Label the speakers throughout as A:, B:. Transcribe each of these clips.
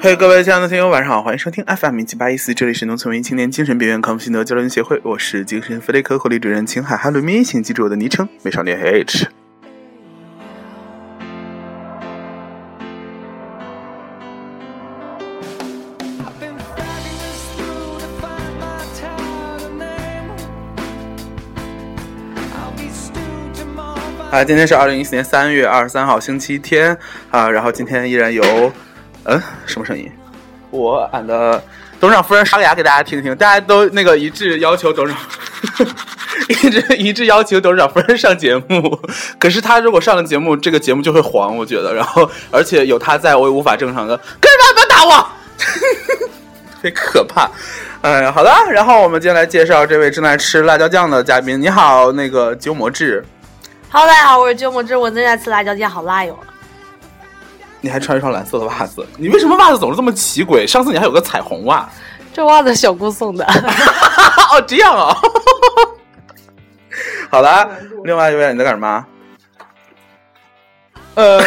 A: 嘿、各位亲爱的听友，晚上好，欢迎收听 FM 一七八一四，这里是农村文艺青年精神病院康复心得交流协会，我是精神分裂科护理主任秦海哈鲁咪，请记住我的昵称美少年 H。
B: I've been fagging this through to find my town and name. I'll be stewed tomorrow by
A: 啊，今天是二零一四年三月二十三号星期天啊，然后今天依然由，嗯，什么声音？我俺的董事长夫人刷个牙给大家听听，大家都那个一致要求董事长， 一致一致要求董事长夫人上节目，可是他如果上了节目，这个节目就会黄，我觉得，然后而且有他在，我也无法正常的，干什么不要打我？ 特别可怕。嗯，好的，然后我们接下来介绍这位正在吃辣椒酱的嘉宾。你好，那个鸠摩智。
C: 哈喽，大家好，我是鸠摩智，我正在吃辣椒酱，好辣哟！
A: 你还穿一双蓝色的袜子，你为什么袜子总是这么奇诡？上次你还有个彩虹袜，
C: 这袜子小姑送的，
A: 哦，这样啊、哦。 好了，另外一位你在干什么？
D: 呃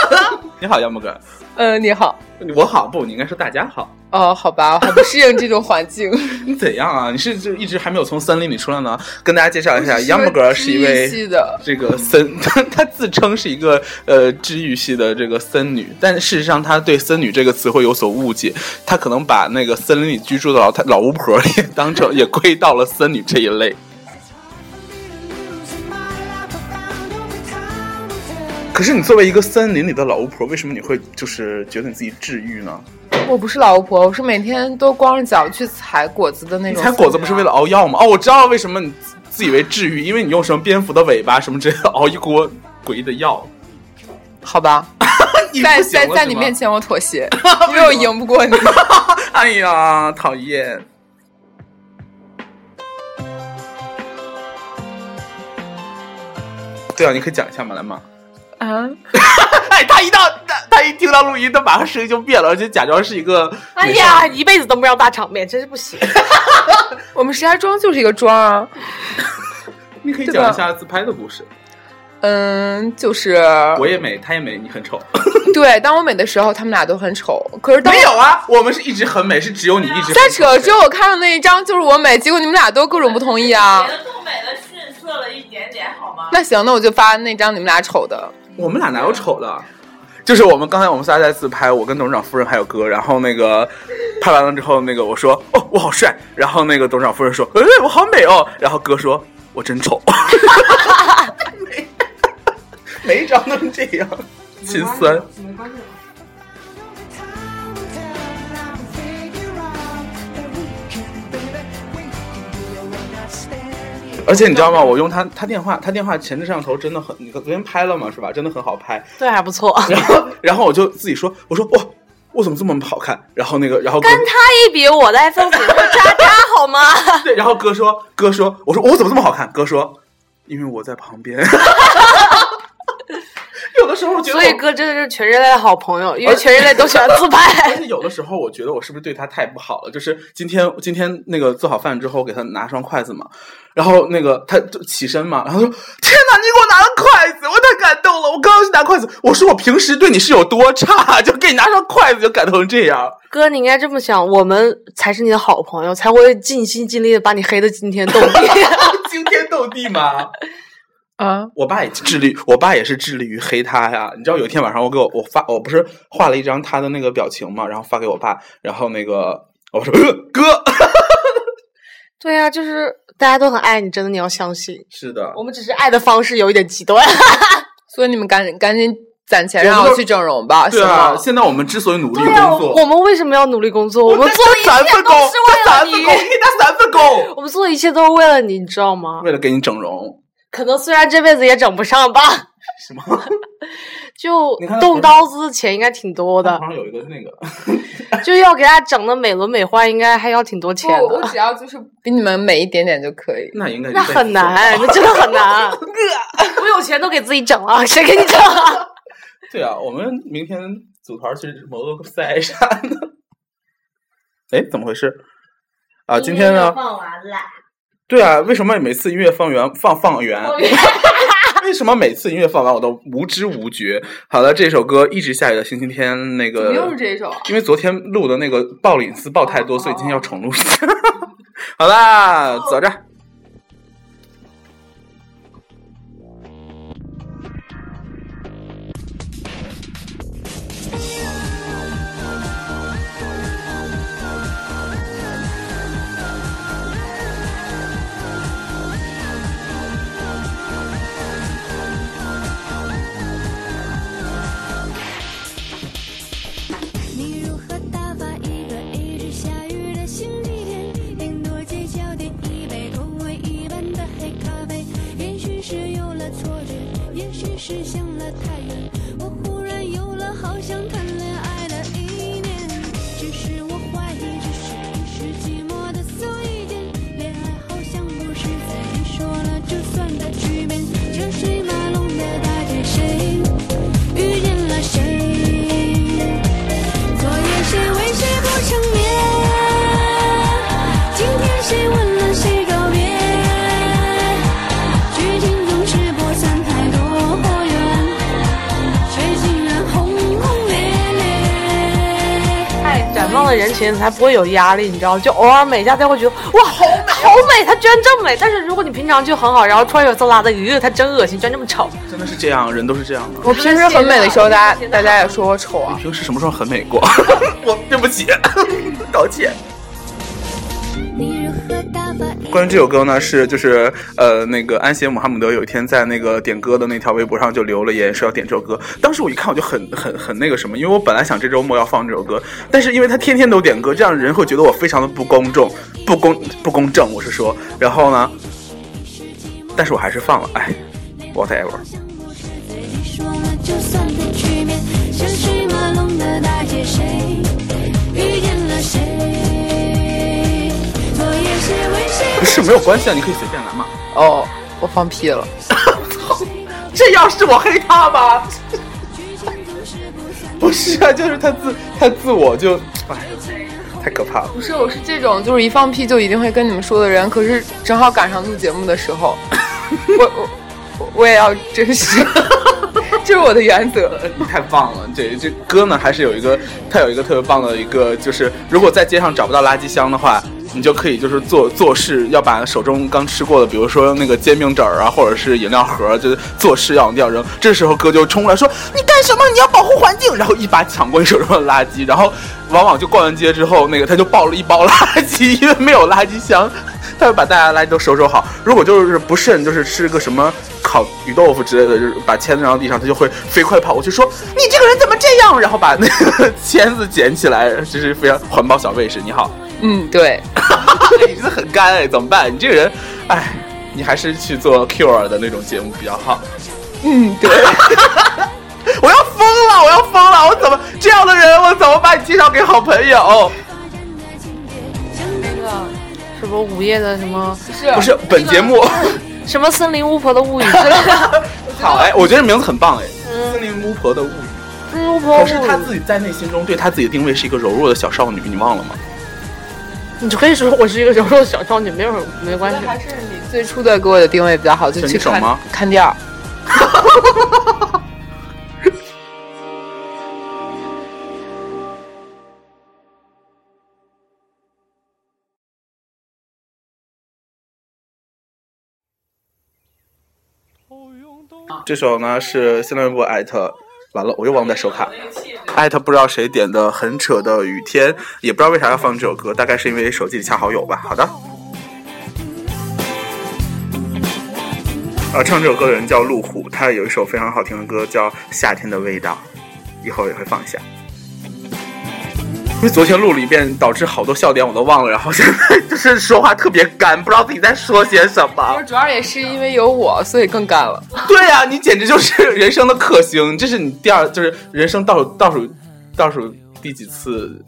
A: 你好，妖魔哥。
D: 呃，你好，
A: 我好不？你应该说大家好。
D: 哦，好吧，我还不适应这种环境。
A: 你怎样啊？你是就一直还没有从森林里出来呢？跟大家介绍一下，妖魔哥是一 位
D: 记的，
A: 这个森， 他他自称是一个呃治愈系的这个森女，但事实上他对“森女”这个词汇有所误解，他可能把那个森林里居住的老太老巫婆 也当成也归到了森女这一类。
B: losing my life. I found only time will tell.
A: 可是你作为一个森林里的老巫婆，为什么你会就是觉得你自己治愈呢？
D: 我不是老巫婆，我是每天都光着脚去采果子的那
A: 你
D: 种。
A: 采果子不是为了？熬药吗？哦，我知道为什么你自自以为治愈，因为你用什么蝙蝠的尾巴什么之类的熬一锅诡异的药。
D: 好吧，
A: 你
D: 在
A: 不行
D: 在
A: 了
D: 在
A: 是
D: 你
A: 吗
D: 面前我 妥协，因为我赢不过你。
A: 哎呀，讨厌！对啊，你可以讲一下嘛，来嘛。
D: 啊，
A: 哎，他一到他他一听到录音，他马上声音就变了，而且假装是一个
C: 哎呀，一辈子都不要大场面，真是不行。
D: 我们石家庄就是一个庄啊。
A: 你可以
D: 对吧
A: 讲一下自拍的故事。
D: 嗯，就是
A: 我也美，他也美，你很丑。
D: 对，当我美的时候，他们俩都很丑。可是当
A: 没
D: 我
A: 有啊，我们是一直很美，是只有你一直很丑
D: 再扯，只有我看到那一张就是我美，结果你们俩都各种不同意啊
E: 美。的更美的逊色了一点点，好吗？
D: 那行，那我就发那张你们俩丑的。
A: 我们俩哪有丑的？就是我们刚才我们仨在自拍，我跟董事长夫人还有哥，然后那个拍完了之后，那个我说哦我好帅，然后那个董事长夫人说 哎我好美哦，然后哥说我真丑，每一张都是这样，心酸。
B: Only time will tell. And I can figure out that we can, baby, we can do a one-night stand.
A: 而且你知道吗？我用他他电话，他电话前置摄像头真的很，你昨天拍了嘛是吧？真的很好拍。
C: 对，还不错。
A: 然后然后我就自己说，我说哇我怎么这么好看？然后那个然后哥
C: 跟他一比，我的 iPhone 只会渣 渣，好吗？
A: 对，然后哥说，哥说，我说我怎么这么好看？哥说，因为我在旁边。 有的时候我觉得我，
C: 所以哥真的是全人类的好朋友，因为全人类都喜欢自
A: 而
C: 拍。
A: 且有的时候我觉得我是不是对他太不好了？就是今天今天那个做好饭之后，我给他拿双筷子嘛，然后那个他就起身嘛，然后说：“天哪，你给我拿了筷子，我太感动了！我刚刚去拿筷子，我说我平时对你是有多差，就给你拿双筷子就感动成这样。”
C: 哥，你应该这么想，我们才是你的好朋友，才会尽心尽力的把你黑的惊天动 地。
A: 惊天动地嘛！
D: 啊，
A: 我爸也致力，我爸也是致力于黑他呀。你知道有一天晚上我给我我发，我不是画了一张他的那个表情嘛，然后发给我爸，然后那个我爸说呃哥，
C: 对呀、就是大家都很爱你，真的你要相信。
A: 是的，
C: 我们只是爱的方式有一点极端。
D: 所以你们赶紧赶紧攒钱，
A: 我们
D: 让
A: 都
D: 我去整容吧，行
A: 对啊。
D: 吗？
A: 现在我们之所以努力
C: 对 呀、
A: 工作，
C: 我们为什么要努力工作？我们做的一
A: 三
C: 切
A: 份
C: 都
A: 工，
C: 是
A: 三
C: 为了
A: 份
C: 你
A: 工，。给他三份工，
C: 我们做的一切都是为了你，你知道吗？
A: 为了给你整容，
C: 可能虽然这辈子也整不上吧，
A: 是吗？
C: 就
A: 你看
C: 动刀子的钱应该挺多 的
A: 好，像有一个那个，
C: 就要给他整的美轮美奂，应该还要挺多钱
D: 不，我
C: 的。
D: 只要就是比你们美一点点就可以。
A: 那应该
C: 那
A: 是被
C: 很难，那真的很难。啊我有钱都给自己整了，谁给你整啊？
A: 对啊，我们明天组团去摩洛塞啥 的。哎，怎么回事？啊，今天呢？
E: 放完了，
A: 对啊，为什么每次音乐放源放放源？为什么每次音乐放完我都无知无觉？好了，这首歌《一直下雨的星期天》，那个
D: 又是这首啊
A: 因为昨天录的那个爆隐私爆太多，所以今天要重录一
D: 哦
A: 下。 好啦，走着。
F: 你如何打发一个一直下雨的星期天？顶多街角点一杯口味一般的黑咖啡。也许是有了错觉，也许是想了太远，我忽然有了好想谈恋爱的意念。只是我怀疑，只是一时寂寞的所以然，恋爱好像不是在你说了就算的局面。车水马龙的大街，谁遇见了谁？昨夜谁为谁不成眠？今天谁吻了谁告别？剧情总是播散太多火源，却竟然轰轰烈烈。
C: 哎，展望了人群才不会有压力，你知道？就偶尔美家才会觉得哇，好美，好美，她居然这么美。但是如果你平常就很好，然后穿越搜拉的，咦，她真恶心，居然这么丑。
A: 真的是这样，人都是这样的。
D: 我平时很美的时候，大家大家也说我丑啊。
A: 平时什么时候很美过？ 我对不起， 道歉。
F: 你如何打发一
A: 关于这首歌呢，是就是呃，那个安歇姆哈姆德有一天在那个点歌的那条微博上就留了言，说要点这首歌。当时我一看我就很 很很那个什么，因为我本来想这周末要放这首歌，但是因为他天天都点歌，这样人会觉得我非常的不公正、不公不公正，我是说。然后呢，
F: 世寂寞？
A: 但是我还是放了，哎，whatever。
F: 像不是自己说了就算的局面，车水马龙的大街，谁遇见了谁？昨夜谁为谁
A: 不是没有关系啊，你可以随便来嘛。
D: 哦，我放屁 了。
A: 这要是我黑他吧？
F: 剧情总是不散
A: 不是啊，就是他自他自我就，哎，太可怕了。
D: 不是，我是这种就是一放屁就一定会跟你们说的人，可是正好赶上录节目的时 候，我我我我也要珍 惜，这是我的原 则。
A: 你太棒了！这这歌呢，还是有一个，它有一个特别棒的一个，就是如果在街上找不到垃圾箱的话，你就可以就是做做事要把手中刚吃过的，比如说那个煎饼纸儿啊，或者是饮料盒儿，就是做事要往地上扔。这时候哥就冲过来说：“你干什么？你要保护环境！”然后一把抢过你手中的垃圾，然后往往就逛完街之后，那个他就抱了一包垃圾，因为没有垃圾箱， 他会把大家的垃圾都收收好。如果就是不慎，就是吃个什么烤鱼豆腐之类的，就是把签子扔到地上，他就会飞快跑过去说：“你这个人怎么这样？”然后把那个 签子捡起来，这是非常环保小卫士。你好，
D: 嗯， 对，
A: 你真的很干哎，怎么办？你这个人，哎，你还是去做 Cure 的那种节目比较好。
D: 嗯，对，
A: 我要疯了！我要疯了！我怎么这样的人，我怎么把你介绍给好朋友？
F: 发展的情节，
C: 那个什么午夜的什么
D: 是
A: 不是本节目。
D: 嗯
C: 什么森林巫婆的物语之类的，
A: 好哎，我觉得名字很棒哎，
D: 嗯
A: 森林巫婆的物语。
C: 森林巫婆
A: 可
C: 物
A: 是她
C: 语，
A: 自己在内心中对她自己的定位是一个柔弱的小少女，你忘了吗？
C: 你就可以说我是一个柔弱的小少女，没有没关系。
D: 还是你最初的给我的定位比较好，就
A: 选
D: 去
A: 一首
D: 看
A: 吗
D: 看店儿。
A: 这首呢是新浪微博艾特，完了我又忘带手卡。
E: 那个气质。
A: 艾特不知道谁点的很扯的雨天，也不知道为啥要放这首歌，大概是因为手机里加好友吧。好的。呃，唱这首歌的人叫路虎，他有一首非常好听的歌叫《夏天的味道》，以后也会放下。因为昨天录了一遍，导致好多笑点我都忘了，然后现在 就是说话特别干，不知道自己在说些什么
D: 不是，。主要也是因为有我，所以更干了。
A: 对呀、你简直就是人生的克星，这是你第二，就是人生倒数倒数倒数第几次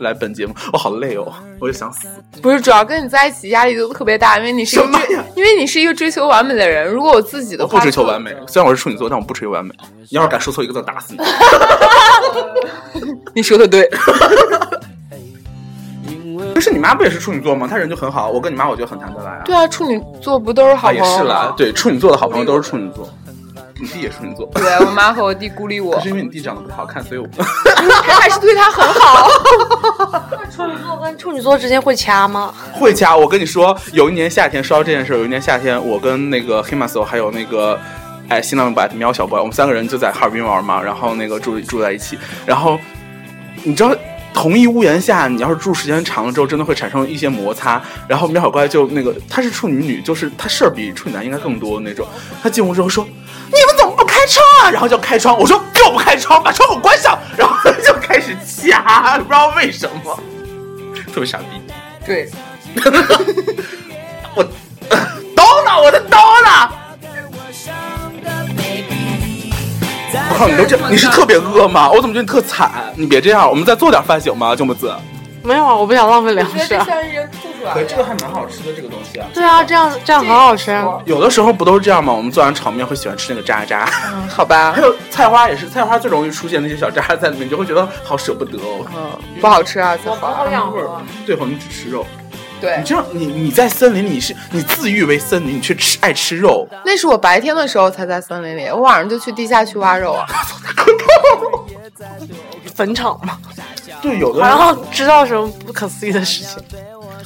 A: 来本节目？我、好累哦，我就想死。
D: 不是，主要跟你在一起压力就特别大，因为你是一个
A: 什么
D: 追
A: 呀
D: 因为你是一个追求完美的人。如果我自己的
A: 我
D: 话，
A: 不追求
D: 就
A: 完美，虽然我是处女座，但我不追求完美。你要是敢说错一个字，我打死你！
D: 你说的 对，
A: 不是你妈不也是处女座吗？她人就很好，我跟你妈我觉得很谈得来啊。
D: 对啊，处女座不都是好
A: 啊，
D: 朋
A: 也
D: 友
A: 是
D: 吗？
A: 啦，对，处女座的好朋友都是处女座。你弟也处女座，
D: 对我妈和我弟孤立我
A: 可 是，因为你弟长得不好看，所以我
D: 她 还是对她很 好。
C: 处女座跟处女座之间会掐吗？
A: 会掐。我跟你说，有一年夏天说到这件事儿，有一年夏天我跟那个黑马索还有那个。哎，新浪版喵小怪，我们三个人就在哈尔滨玩嘛，然后那个住住在一起，然后你知道，同一屋檐下，你要是住时间长了之后，真的会产生一些摩擦。然后喵小怪就那个，她是处女女，就是她事儿比处女男应该更多的那种。她进屋之后说：“你们怎么不开窗啊？”然后就要开窗，我说：“给我不开窗，把窗户关上。”然后她就开始掐，不知道为什么，特别傻逼。
D: 对，
A: 啊 我刀呢？我的刀呢？我靠，你都这，你是特别饿吗？我怎么觉得你特惨？你别这样，我们再做点饭行吗？舅母子。
C: 没有啊，我不想浪费粮食啊。
D: 算是人吐出来
A: 可这个还蛮好吃的，这个东西啊。
C: 对啊，这样这样很好吃。啊
A: 有的时候不都是这样吗？我们做完炒面会喜欢吃那个渣渣，
D: 嗯，好吧
A: 还，有菜花也是，菜花最容易出现那些小渣在里面，你就会觉得好舍不得哦。
D: 嗯，不好吃啊，菜花。
C: 想
A: 味儿，对，好像只吃肉。
D: 对
A: 你，知道，你你在森林，你是你自誉为森林，你却吃爱吃肉。
D: 那是我白天的时候才在森林里，我晚上就去地下去挖肉啊。
C: 坟场嘛，
A: 对，有的
C: 然后知道什么不可思议的事情？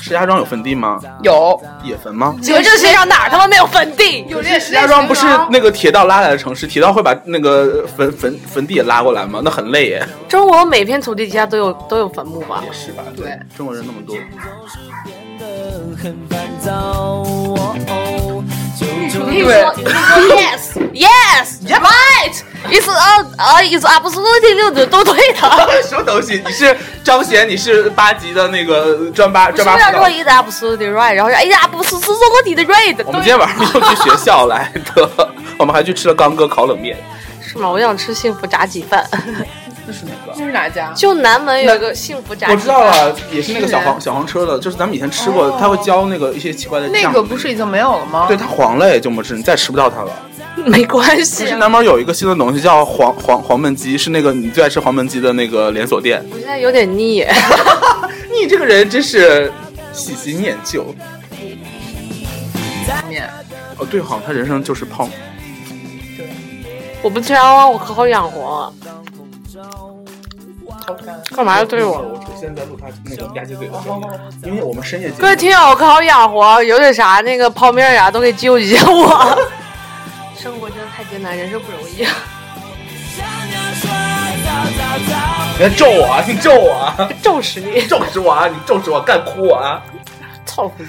A: 石家庄有坟地吗？
D: 有，
A: 野坟吗？
C: 请 问这个世界上哪儿他妈没有坟地？
D: 有练
A: 石家庄不是那个铁道拉来的城市，铁道会把那个坟坟坟地也拉过来吗？那很累耶。
C: 中国每片土地底下都有都有坟墓吧？
A: 也是吧？对，中国人那么多。
D: 对，
C: Yes, yes, right. It's a 呃 it's absolutely 六的都对 的。
A: 什么东西？你是张贤，你是八级的那个专八
C: 不是
A: 专八
C: 要
A: 辅导
C: 说。一 s absolutely right，然后是哎呀，不是是说你的 right，
A: 我们今
C: 对
A: 天晚上又去学校来的， 我们还去吃了刚哥烤冷面。
C: 是吗？我想吃幸福炸鸡饭，
A: 那是哪个？
D: 这是哪家？
C: 就南门有一个幸福炸鸡
A: 我
C: 饭，
A: 知道了，也是那个小黄小黄车的，就是咱们以前吃过，它会浇那个一些奇怪的
D: 那
A: 酱。
D: 个不是已经没有了吗？
A: 对，它黄了也就不吃，你再吃不到它了。
C: 没关系
A: 其实。南门有一个新的东西叫黄黄黄焖鸡，是那个你最爱吃黄焖鸡的那个连锁 店。
C: 我现在有点腻，
A: 你这个人真是喜新厌旧。
D: 面
A: 哦，对，好像他人生就是胖。
C: 我不吃啊，我可好养活。干嘛要对我？
A: 我出现在录他那个吧唧嘴的时候，因为我们深夜节
C: 各位听友，我可好养活，有点啥那个泡面呀、都给救一下我。 生活真的太艰难，人生不容易。
A: 别咒我啊，你咒我啊，
C: 咒死你！
A: 咒死我啊，你咒死我，干哭我啊！
C: 操 你！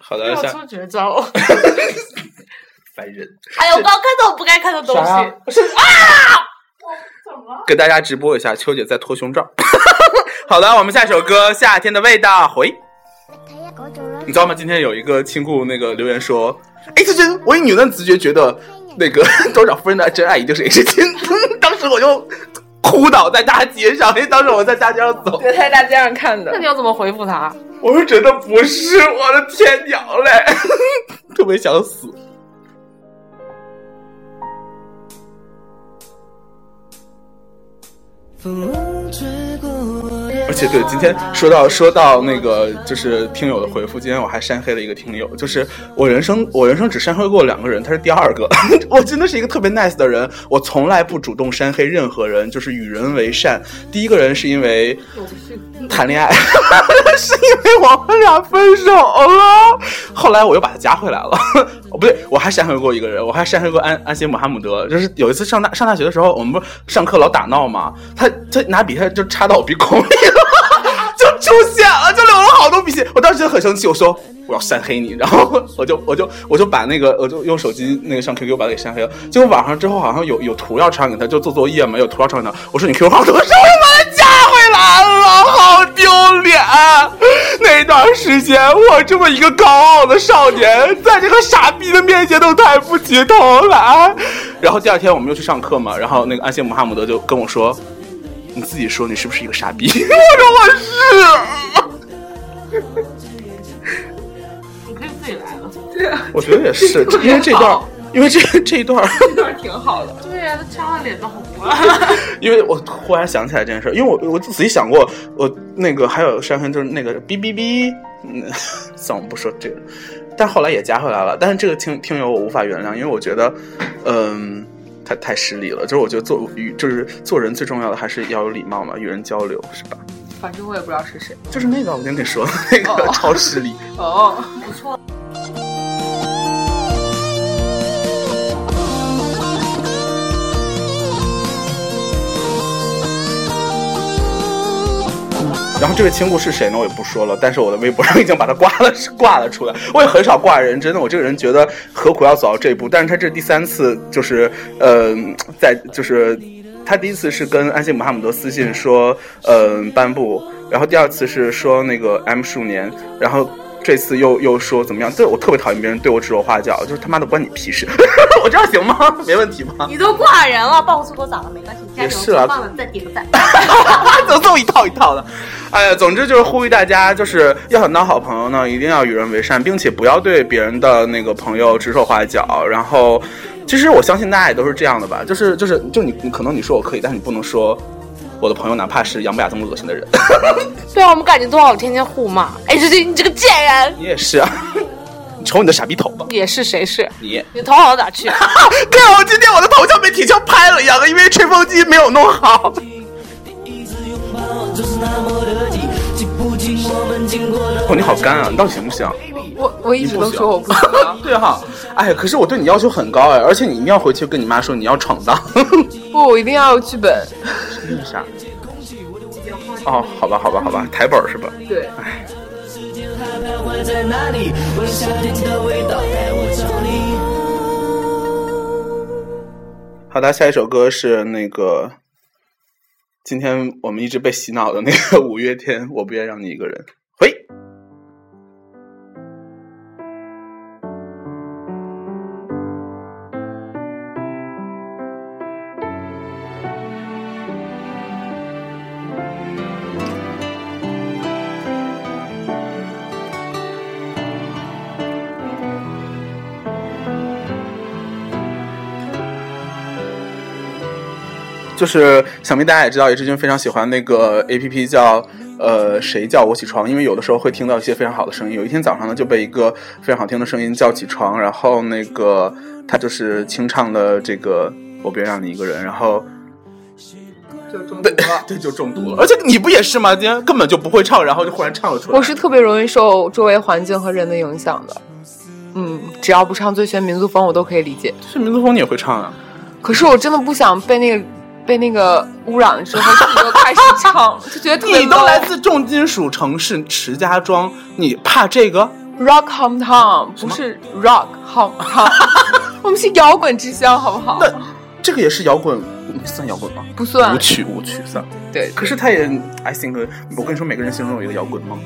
A: 好
C: 不
A: 的，
C: 要
A: 下
C: 出绝招！
A: 烦人。
C: 哎呦，我刚看到我不该看的东
A: 啥呀
C: 西。？
A: 是啊！给大家直播一下，秋姐在脱胸罩。 好的，我们下首歌《夏天的味道》回。你知道吗？今天有一个亲故那个留言说，哎，这真我以女论直觉觉得那个 州长夫人的真爱一定是 H 亲，当时我就哭倒在大街上，因为当时我在大街上走，
D: 对，在大街上看的
C: 那你。要怎么回复他？
A: 我说真的不是，我的天娘嘞， 特别想死。而且对，今天说到说到那个就是听友的回复，今天我还删黑了一个听友，就是我人生我人生只删黑过两个人，他是第二个。 我真的是一个特别 nice 的人，我从来不主动删黑任何人，就是与人为善。第一个人是因为谈恋爱， 是因为我们俩分手了，后来我又把他加回来了。 哦，不对，我还删黑过一个人，我还删黑过安安西姆哈姆德，就是有一次上大上大学的时候，我们不是上课老打闹嘛，他他拿笔他就插到我鼻孔里了， 就出现了，就流了好多鼻血，我当时真的很生气，我说我要删黑你，然后 我就我就我就把那个我就用手机那个上 QQ 把他给删黑了，结果晚上之后好像有有图要传给他，就做作业嘛，有图要传给他，我说你 QQ 号怎么是我把他加回来了，好丢脸。啊那段时间，我这么一个高傲的少年，在这个傻逼的面前都抬不起头来。然后第二天我们又去上课嘛，然后那个安谢姆哈姆德就跟我说：“你自己说你是不是一个傻 逼？”我说我是。
C: 你可以自己来了。
A: 我觉得也是，因为这段，因为这这一段儿，
D: 挺好的。
C: 对呀、啊，他掐了脸都红了。
A: 因为我忽然想起来这件事，因为我我仔细想过，我那个还有山坑就是那个哔哔哔，嗯，算了，我不说这个，但后来也加回来了。但是这个听听友我无法原谅，因为我觉得，嗯、太太失礼了。就是我觉得做与就是做人最重要的还是要有礼貌嘛，与人交流是吧？
D: 反正我也不知道是谁。
A: 就是那个我跟你说的那个
D: 哦
A: 超失礼。
D: 哦，
A: 然后这位亲故是谁呢？我也不说了，但是我的微博上已经把他挂了，是挂了出来。我也很少挂人，真的，我这个人觉得何苦要走到这一步？但是他这第三次就是，呃，在就是呃他第一次是跟安西姆哈姆德私信说，嗯、颁布，然后第二次是说那个 M 数年，然后。这次又又说怎么样？对我特别讨厌别人对我指手画脚，就是他妈的关你屁事！ 我这样行吗？没问题吗？
C: 你都挂人了，爆粗口咋了？没关系，你
A: 也是啊
C: 放了再点个赞。
A: 怎么这么一套一套的？哎呀，总之就是呼吁大家，就是要想当好朋友呢，一定要与人为善，并且不要对别人的那个朋友指手画脚。然后，其实我相信大家也都是这样的吧，就是就是就你你可能你说我可以，但是你不能说我的朋友，哪怕是杨不雅这么恶心的人，
C: 对啊，我们感情多好，天天互骂。哎，这这你这个贱人，
A: 你也是啊， 你瞅你的傻逼头吧，
C: 也是谁是？
A: 你。
C: 你头好到 哪去？
A: 对，我今天我的头像被体校拍了一样，因为吹风机没有弄好。哦，你好干啊！你到底行不行？
D: 我我一直都说我不行啊。
A: 对哈、哎，可是我对你要求很高哎，而且你一定要回去跟你妈说你要闯荡。
D: 不，我一定要有剧本。
A: 为啥？啊哦，好吧，好吧，好吧，台本儿是吧？
D: 对，
A: 好的，下一首歌是那个今天我们一直被洗脑的那个五月天，我不愿让你一个人。嘿，就是想必大家也知道，野之君非常喜欢那个 A P P 叫呃谁叫我起床，因为有的时候会听到一些非常好的声音。有一天早上呢，就被一个非常好听的声音叫起床，然后那个他就是清唱的这个我不愿让你一个人，然后
D: 就中毒了。
A: 对就中毒了。而且你不也是吗？今天根本就不会唱，然后就忽然唱了出来。
D: 我是特别容易受周围环境和人的影响的。嗯，只要不唱最炫民族风，我都可以理解。
A: 是民族风，你也会唱啊？
D: 可是我真的不想被那个被那个污染之后，自己就开始唱，就觉得特别
A: 你都
D: low
A: 来自重金属城市石家庄，你怕这个？
D: Rock hometown，不是 Rock hometown，我们 是摇滚之乡，好不好？
A: 那这个也是摇滚，算摇滚吗？
D: 不算
A: 舞，曲，舞曲算。
D: 对，
A: 可是他也，I think，我跟你说，每个人心中有一个摇滚梦，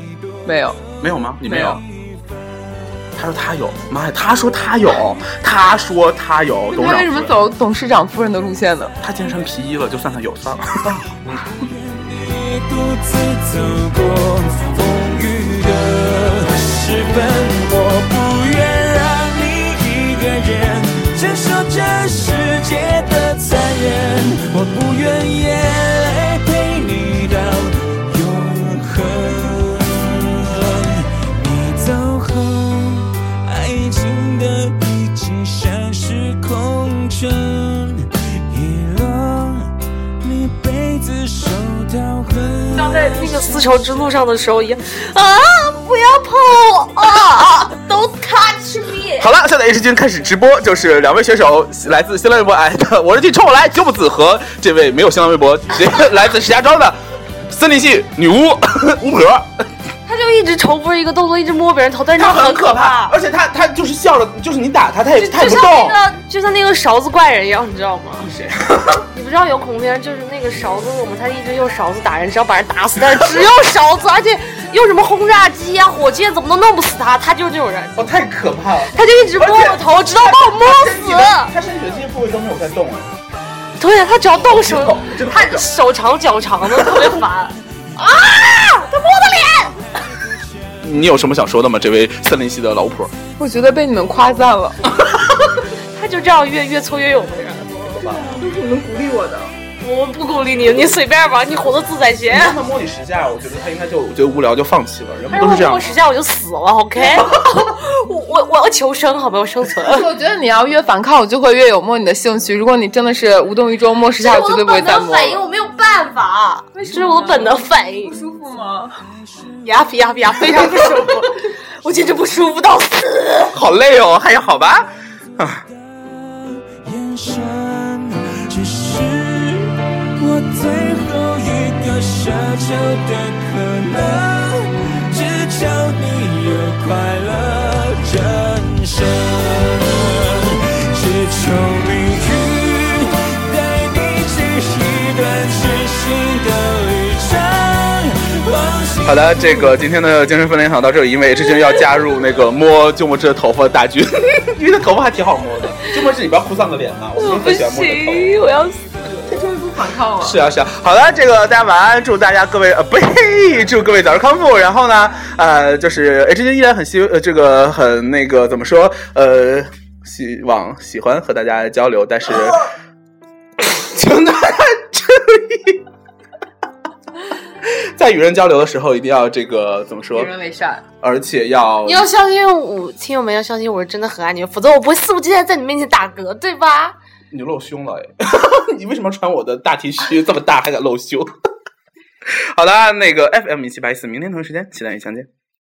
D: 没有。
A: 没有吗？你
D: 没有
A: 有？他说他有，妈呀，他说他有，他说他有，董事
D: 他
A: 长
D: 为什么
A: 夫人？
D: 走董事长夫人的路线呢？
A: 他竟然穿皮衣了，就算他有算了。
G: 独自走过风雨的时分，我不愿让你一个人承受这世界的残忍，我不愿眼泪陪你到永恒。你走后，爱情的已经像是空城，遗落你被子手套痕。
C: 像在那个丝绸之路上的时候一样啊！不要碰我啊！Don't touch me！
A: 好了，现在 H 君开始直播，就是两位选手来自新浪微博哎的，我是去冲我来九木子和这位没有新浪微博，直接来自石家庄的森林系女巫 巫婆，
C: 他就一直重复一个动作，一直摸别人头，但是
A: 她
C: 他
A: 很
C: 可
A: 而且她她就是笑着，就是你打她，她也
C: 就
A: 她也
C: 就
A: 不
C: 像
A: 动。
C: 那个就像那个勺子怪人一样，你知道吗？
A: 谁？
C: 你不知道有恐怖片，就是那个勺子我们他一直用勺子打人，只要把人打死，但是只用勺子，而且用什么轰炸机呀、火箭怎么都弄不死他，他就是这种 人，
A: 我哦太可怕了。
C: 他就一直摸我头，直到把我摸死。
A: 他身体的这些部位都没有在动哎。
C: 对呀，他只要动手
A: 知道知道，
C: 他手长脚长的，特别烦。 啊！他摸我的脸。
A: 你有什么想说的吗？这位森林系的老巫婆，
D: 我觉得被你们夸赞了，
C: 他就这样越越挫越勇的人。
A: 都 是你们鼓励我的。
C: 我不鼓励你，你随便吧，你活得自在些。
A: 哎让他摸你十下，我觉得他应该就觉得无聊就放弃了。人
C: 他
A: 不都
C: 如果
A: 是这
C: 给
A: 样
C: 哎我
A: 吗？
C: 十下我就死了，OK？我 哎我我要求生，好吧，我生存。
D: 我觉得你要越反抗，我就会越有摸你的兴趣。如果你真的是无动于衷，摸十下，我绝对不会再摸
C: 反应，我
D: 了。
C: 没有办 法，这是我的本能反应
E: 不。舒服吗？
C: 呀皮呀皮呀，非常不舒服，我简直不舒服到死。
A: 好累哦，还有好吧？
G: 眼神，只是我最后一个奢求的可能，只求你有快乐人生，只求命运带你去一段全新的旅程。往昔
A: 好的，这个今天的精神分裂场到这里，因为之前要加入那个摸鸠摩智的头发大军， 因为他头发还挺好摸的。鸠摩智里边哭丧的脸嘛，我
C: 我
A: 就
C: 不
A: 很喜欢摸你的头。
C: 行，我要死。
A: 是啊，是啊。好了，这个大家晚安，祝大家各位呃，不呸，祝各位早日康复。然后呢，呃，就是 H J 依然很希呃，这个很那个怎么说呃，希望喜欢和大家交流，但 是请大家注意， 在与人交流的时候一定要这个怎么说，
D: 为善，
A: 而且要
C: 你要相信我，听友们要相信我是真的很爱你们，否则我不会肆无忌惮在你面前打嗝，对吧？
A: 你露胸了哎！ 你为什么要穿我的大 T 恤 这么大还敢露胸？好啦，那个 FM 一七八一四，明天同一时间期待与相见，拜拜。